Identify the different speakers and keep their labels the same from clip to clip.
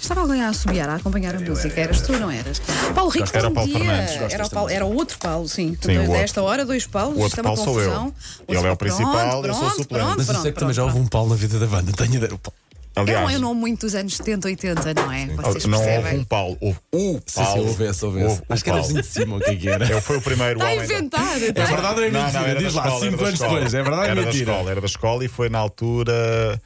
Speaker 1: Estava alguém a assobiar, a acompanhar a música. Eras tu, não eras? Paulo Rico
Speaker 2: Era o
Speaker 1: bom
Speaker 2: Paulo
Speaker 1: dia.
Speaker 2: Fernandes,
Speaker 1: era,
Speaker 2: gosto
Speaker 1: o
Speaker 2: desta
Speaker 1: Paulo, era o outro Paulo, sim.
Speaker 2: Sim, o outro.
Speaker 1: Desta hora, dois Paulos.
Speaker 2: O outro
Speaker 1: isto é uma
Speaker 2: Paulo sou eu.
Speaker 1: confusão.
Speaker 2: Ele é o
Speaker 1: Paulo-
Speaker 2: principal,
Speaker 1: pronto,
Speaker 2: eu sou o
Speaker 1: pronto,
Speaker 2: suplente.
Speaker 1: pronto,
Speaker 3: Mas eu sei
Speaker 1: pronto,
Speaker 3: que também já
Speaker 1: pronto.
Speaker 3: houve um pau na vida da banda, tenho ideia. O pau.
Speaker 1: Era um
Speaker 2: Aliás,
Speaker 1: eu não muito dos anos 70, 80, não é? Vocês
Speaker 2: não houve um
Speaker 1: percebem?
Speaker 2: Paulo, houve o Paulo.
Speaker 3: Sim, sim, houve esse, houve esse.
Speaker 2: Houve o
Speaker 3: Acho que era
Speaker 2: Paulo.
Speaker 3: vizinho de cima, o que é que era?
Speaker 2: Eu fui o primeiro
Speaker 1: Está a
Speaker 2: homem. da-
Speaker 1: inventar.
Speaker 3: É
Speaker 1: está-
Speaker 3: verdade ou é
Speaker 2: Não, não,
Speaker 3: mentira?
Speaker 2: era
Speaker 3: Diz
Speaker 2: da
Speaker 3: lá,
Speaker 2: escola, era
Speaker 3: 5
Speaker 2: da
Speaker 3: anos
Speaker 2: escola.
Speaker 3: depois. É verdade
Speaker 2: era
Speaker 3: ou
Speaker 2: da
Speaker 3: mentira?
Speaker 2: escola, era da escola e foi na altura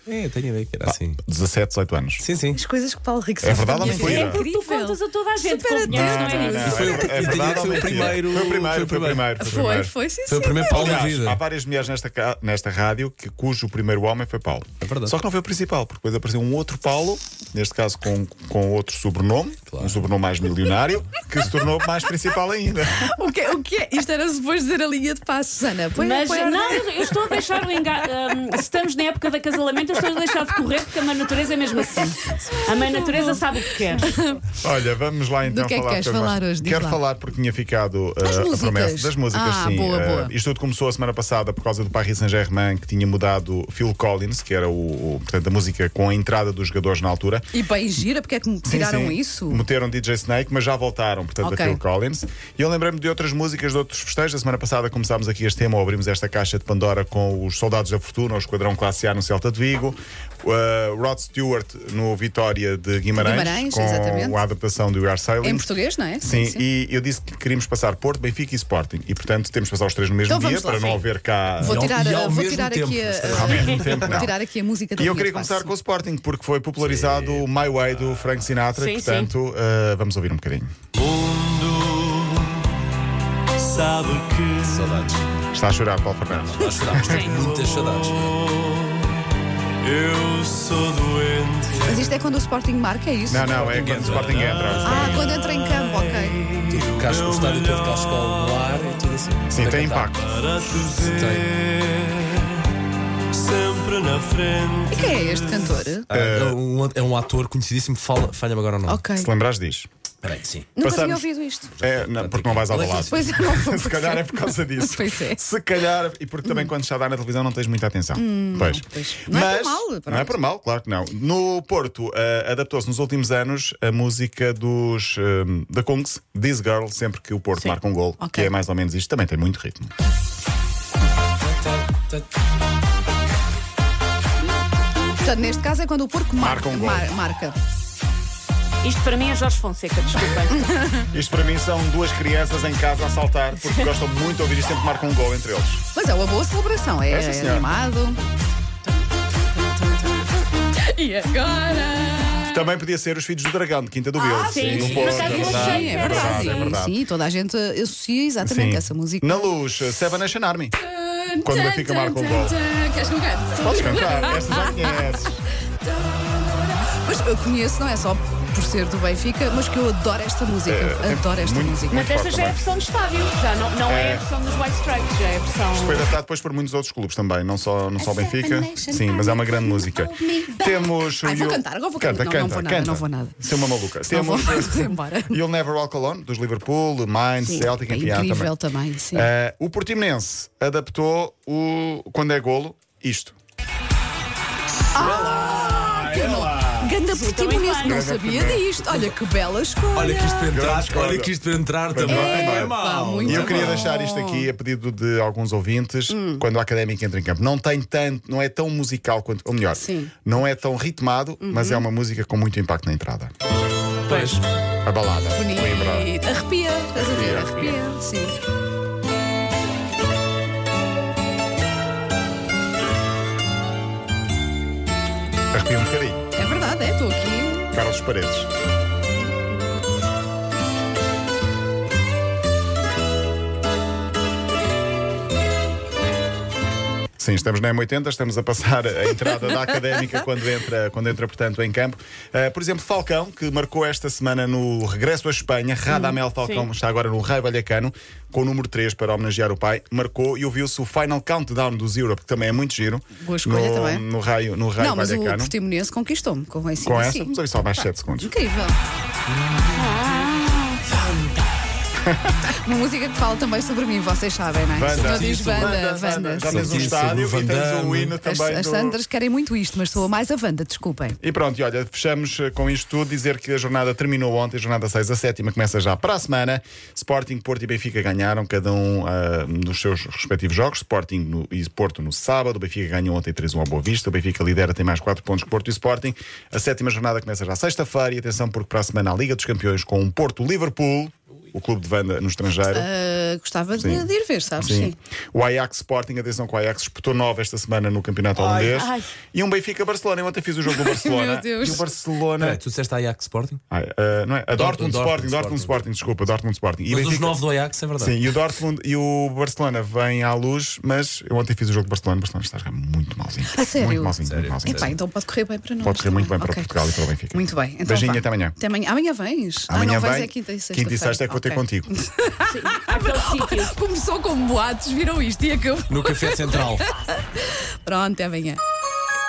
Speaker 3: É, tenho ideia que era assim.
Speaker 2: 17, 18 anos.
Speaker 3: Sim, sim.
Speaker 1: As coisas que Paulo Rico
Speaker 2: É verdade
Speaker 1: sabe
Speaker 2: ou
Speaker 1: da minha
Speaker 2: mentira?
Speaker 1: vida.
Speaker 4: Tu contas a toda a gente.
Speaker 1: Super
Speaker 4: confiança,
Speaker 1: atento.
Speaker 4: não é?
Speaker 1: Não, não,
Speaker 2: É,
Speaker 3: Isso foi-
Speaker 2: é- é
Speaker 3: eu diria
Speaker 2: verdade
Speaker 3: que
Speaker 2: ou
Speaker 3: foi o
Speaker 2: mentira?
Speaker 3: primeiro-
Speaker 2: Foi o primeiro, foi o
Speaker 3: foi o
Speaker 2: primeiro. foi o
Speaker 1: Foi,
Speaker 2: primeiro.
Speaker 1: foi, sim,
Speaker 3: Foi o
Speaker 1: sim.
Speaker 3: primeiro pau na
Speaker 2: Aliás, há
Speaker 3: vida.
Speaker 2: várias mulheres nesta, ca- nesta rádio que, cujo primeiro homem foi Paulo.
Speaker 3: É verdade.
Speaker 2: Só que não foi o principal, porque depois apareceu um outro Paulo, neste caso com, com outro sobrenome, um sobrenome mais milionário, que se tornou mais principal ainda.
Speaker 1: O que, é- o que é? Isto era suposto dizer a linha de passo, Susana. Põe,
Speaker 4: Mas
Speaker 1: põe a-
Speaker 4: não, eu eu estou a deixar o engano. se estamos na época da casalamento, eu estou a deixar de correr porque a mãe natureza é mesmo assim. A mãe natureza sabe o que é. quer.
Speaker 2: Olha, vamos lá então
Speaker 1: que é que
Speaker 2: falar.
Speaker 1: queres
Speaker 2: porque eu
Speaker 1: falar
Speaker 2: gosto.
Speaker 1: hoje? Diz
Speaker 2: Quero
Speaker 1: lá.
Speaker 2: falar porque tinha ficado eh, a
Speaker 1: músicas.
Speaker 2: promessa das músicas,
Speaker 1: Ah,
Speaker 2: sim.
Speaker 1: boa,
Speaker 2: Eh,
Speaker 1: boa.
Speaker 2: isto tudo começou a semana passada por causa do Paris Saint-Germain, que tinha mudado Phil Collins, que era o, o- portanto, a música com a entrada dos jogadores na altura.
Speaker 1: E bem gira, porque é que me tiraram
Speaker 2: sim.
Speaker 1: isso?
Speaker 2: Meteram DJ Snake, mas já voltaram, portanto,
Speaker 1: Ok.
Speaker 2: a Phil Collins. E eu lembrei-me de outras músicas de outros festejos. A semana passada começámos aqui este tema, ou abrimos esta caixa de Pandora com os Soldados da Fortuna, o Esquadrão Classe A no Celta de Vigo, uh, Rod Stewart no Vitória de Guimarães,
Speaker 1: Guimarães,
Speaker 2: com
Speaker 1: exatamente.
Speaker 2: a adaptação do We Are Sailing.
Speaker 1: Em português, não é?
Speaker 2: Sim, e eu disse que queríamos passar Porto, Benfica e Sporting. E, portanto, temos que passar os três no mesmo
Speaker 1: Então
Speaker 2: dia
Speaker 1: vamos lá,
Speaker 2: para não
Speaker 1: sim.
Speaker 2: haver cá.
Speaker 1: Vou
Speaker 3: E ao-
Speaker 1: tirar,
Speaker 3: e
Speaker 1: a-
Speaker 3: ao
Speaker 1: vou
Speaker 3: mesmo
Speaker 1: tirar aqui
Speaker 3: tempo,
Speaker 1: a,
Speaker 2: Ao mesmo tempo,
Speaker 1: vou
Speaker 2: não.
Speaker 1: tirar aqui a música da
Speaker 2: E eu
Speaker 1: Linha
Speaker 2: queria
Speaker 1: de Passe.
Speaker 2: começar com o Sporting, porque foi popularizado o My Way do Frank Sinatra.
Speaker 4: Sim,
Speaker 2: portanto, uh, vamos ouvir um bocadinho.
Speaker 5: Sabe que
Speaker 3: Saudades.
Speaker 2: Está a chorar, Paulo Fernandes.
Speaker 3: Nós chorámos. Muitas saudades.
Speaker 5: eu sou doente.
Speaker 1: Mas isto é quando o Sporting marca, é isso?
Speaker 2: Não, não, é quando o Sporting entra.
Speaker 1: Ah, quando entra em campo, ok.
Speaker 3: Tipo, O Casco no estádio todo casco ao ar e tudo assim.
Speaker 2: Sim, tem impacto.
Speaker 5: Para te ver, sempre na frente.
Speaker 1: E quem é este cantor?
Speaker 3: Ah, É um, é um ator conhecidíssimo, fala- falha-me agora o nome.
Speaker 1: Ok.
Speaker 2: Ah, Se lembrares, diz.
Speaker 3: Espera aí, sim.
Speaker 1: Nunca
Speaker 2: Passamos.
Speaker 1: tinha ouvido isto.
Speaker 2: É, não, porque não vais ao balado.
Speaker 1: Pois eu não vou
Speaker 2: Se calhar é por causa disso.
Speaker 1: Pois é.
Speaker 2: Se calhar, e porque também quando está a dar na televisão não tens muita atenção. pois.
Speaker 1: pois. Não é por mal, pronto.
Speaker 2: Não é por mal, claro que não. No Porto, eh, adaptou-se nos últimos anos a música dos eh, da Kungs, This Girl, sempre que o Porto marca um gol,
Speaker 1: Ok.
Speaker 2: que é mais ou menos isto. Também tem muito ritmo.
Speaker 1: Portanto, neste caso é quando o porco marca.
Speaker 2: Marca um gol.
Speaker 1: mar- marca.
Speaker 4: Isto para mim é Jorge Fonseca, desculpem.
Speaker 2: Isto para mim são duas crianças em casa a saltar, porque gostam muito de ouvir isto, sempre marcam um gol entre eles.
Speaker 1: Mas é uma boa celebração, é,
Speaker 2: É, sim, senhora.
Speaker 1: animado. E agora?
Speaker 2: Também podia ser os filhos do dragão, de Quinta do
Speaker 1: Ah,
Speaker 2: Bill.
Speaker 4: sim,
Speaker 2: no
Speaker 4: sim.
Speaker 2: Porto,
Speaker 4: Por acaso
Speaker 2: é
Speaker 4: eu
Speaker 2: verdade,
Speaker 4: achei,
Speaker 2: é verdade, é
Speaker 1: Sim,
Speaker 2: verdade.
Speaker 1: assim. Sim, toda a gente eh, associa exatamente essa música.
Speaker 2: Na luz, Seven Nation Army. Quando o Benfica marca um gol.
Speaker 1: Queres que eu cante?
Speaker 2: Podes cantar, esta já conheces.
Speaker 1: Mas eu conheço, não é só por ser do Benfica, mas que eu adoro esta música.
Speaker 2: É, é
Speaker 1: adoro esta
Speaker 2: muito-
Speaker 1: música.
Speaker 4: Mas esta já é a versão de estádio, já não, não é
Speaker 2: É.
Speaker 4: a versão dos White Stripes, já é a
Speaker 2: Foi
Speaker 4: versão.
Speaker 2: adaptado depois por muitos outros clubes também, não só, não só o
Speaker 6: Seven
Speaker 2: Benfica.
Speaker 6: Nation
Speaker 2: Sim, mas é uma
Speaker 6: Army,
Speaker 2: grande música.
Speaker 6: hold me back.
Speaker 2: Temos. o
Speaker 1: Ai, vou
Speaker 2: You-
Speaker 1: cantar, agora vou
Speaker 2: canta,
Speaker 1: cantar.
Speaker 2: canta,
Speaker 1: Não, não vou nada,
Speaker 2: canta.
Speaker 1: não vou nada.
Speaker 2: Ser uma maluca.
Speaker 1: Não vou
Speaker 2: Temos.
Speaker 1: vamos embora.
Speaker 2: You'll Never Walk Alone, dos Liverpool, Mainz,
Speaker 1: Sim,
Speaker 2: Celtic,
Speaker 1: é
Speaker 2: enfim, há
Speaker 1: incrível também, É. sim.
Speaker 2: Eh, o Portimonense adaptou o quando é golo isto.
Speaker 1: Ah, Ganda Portimonense,
Speaker 4: bem.
Speaker 1: não sabia disto. Olha que bela escolha.
Speaker 3: Olha que isto para
Speaker 2: Grande
Speaker 3: entrar,
Speaker 2: escola.
Speaker 3: olha que isto para entrar também.
Speaker 2: bem,
Speaker 3: Não
Speaker 2: bem.
Speaker 3: é mau.
Speaker 1: Pá, muito
Speaker 2: E eu
Speaker 1: bom.
Speaker 2: queria deixar isto aqui a pedido de alguns ouvintes
Speaker 1: Hum.
Speaker 2: quando o académico entra em campo. Não tem tanto, não é tão musical quanto, ou melhor,
Speaker 1: Sim. Uhum.
Speaker 2: não é tão ritmado, mas é uma música com muito impacto na entrada.
Speaker 3: Pois.
Speaker 2: A balada. Lembra?
Speaker 1: Bonito. Arrepia, estás a ver? Arrepia, sim.
Speaker 2: Arrepia um bocadinho.
Speaker 1: É verdade, é, estou aqui.
Speaker 2: Carlos Paredes. Sim, estamos na M80, estamos a passar a entrada da académica quando entra, quando entra, portanto, em campo. Ah, por exemplo, Falcão, que marcou esta semana no regresso à Espanha, Radamel Falcão está agora no Raio Vallecano, com o número 3 para homenagear o pai, marcou e ouviu-se o Final Countdown dos Europe, que também é muito giro.
Speaker 1: Boa escolha
Speaker 2: no,
Speaker 1: também.
Speaker 2: No Raio, no raio
Speaker 1: Não, mas o
Speaker 2: Vallecano.
Speaker 1: Portimonense conquistou-me com esse
Speaker 2: Com
Speaker 1: sim.
Speaker 2: essa, vamos ouvir só mais 7 segundos.
Speaker 1: Incrível. Uma música que fala também sobre mim, vocês sabem, não é?
Speaker 2: Wanda.
Speaker 1: Não diz Wanda, Wanda.
Speaker 2: Já
Speaker 1: sim.
Speaker 2: tens um
Speaker 3: Sim,
Speaker 2: estádio
Speaker 3: sobre o
Speaker 2: e
Speaker 3: Van
Speaker 2: tens um
Speaker 3: Damme.
Speaker 2: hino
Speaker 1: As,
Speaker 2: também.
Speaker 1: as
Speaker 2: do-
Speaker 1: Sandras querem muito isto, mas sou mais a Wanda, desculpem.
Speaker 2: E pronto, e olha, fechamos eh, com isto tudo, dizer que a jornada terminou ontem, a jornada 6 a 7 começa já para a semana. Sporting, Porto e Benfica ganharam cada um ah, dos seus respectivos jogos. Sporting no- e Porto no sábado, o Benfica ganhou ontem 3-1 ao Boa Vista, o Benfica lidera, tem mais 4 pontos que Porto e Sporting. A sétima jornada começa já sexta-feira e atenção porque para a semana a Liga dos Campeões com um Porto-Liverpool, o clube de Vanda no estrangeiro.
Speaker 1: Ah, gostava de,
Speaker 2: Sim.
Speaker 1: de ir ver, sabes?
Speaker 2: Sim. O Ajax Sporting, atenção que o Ajax disputou nove esta semana no campeonato holandês.
Speaker 4: ai.
Speaker 2: E um Benfica-Barcelona. Eu ontem fiz o jogo do Barcelona.
Speaker 1: Meu Deus.
Speaker 2: E o Barcelona.
Speaker 3: Peraí, tu disseste Ajax Sporting?
Speaker 2: Ai, ah, não é? A Dortmund,
Speaker 3: Dortmund,
Speaker 2: Sporting,
Speaker 3: Dortmund,
Speaker 2: Dortmund Sporting, desculpa, Dortmund Sporting. E
Speaker 3: Mas os
Speaker 2: Benfica-
Speaker 3: 9 do Ajax, é verdade.
Speaker 2: Sim, e o Dortmund e o Barcelona vêm à luz, mas eu ontem fiz o jogo do Barcelona. O Barcelona está a jogar muito malzinho.
Speaker 1: A sério?
Speaker 2: Muito malzinho, muito
Speaker 3: Sério?
Speaker 2: malzinho.
Speaker 1: Epá, então pode correr bem para nós. então.
Speaker 2: Pode correr muito bem para
Speaker 1: Ok.
Speaker 2: Portugal e para o Benfica.
Speaker 1: Muito bem. Então
Speaker 2: Beijinho
Speaker 1: vá.
Speaker 2: até amanhã.
Speaker 1: Até amanhã. Amanhã vens?
Speaker 2: Amanhã
Speaker 1: ah, não vens
Speaker 2: vem,
Speaker 1: é quinta e sexta.
Speaker 2: Quinta e sexta é que vou ter contigo.
Speaker 4: Aquele sítio.
Speaker 1: Começou com boatos, viram isto e acabou.
Speaker 3: No Café Central.
Speaker 1: Pronto, até amanhã.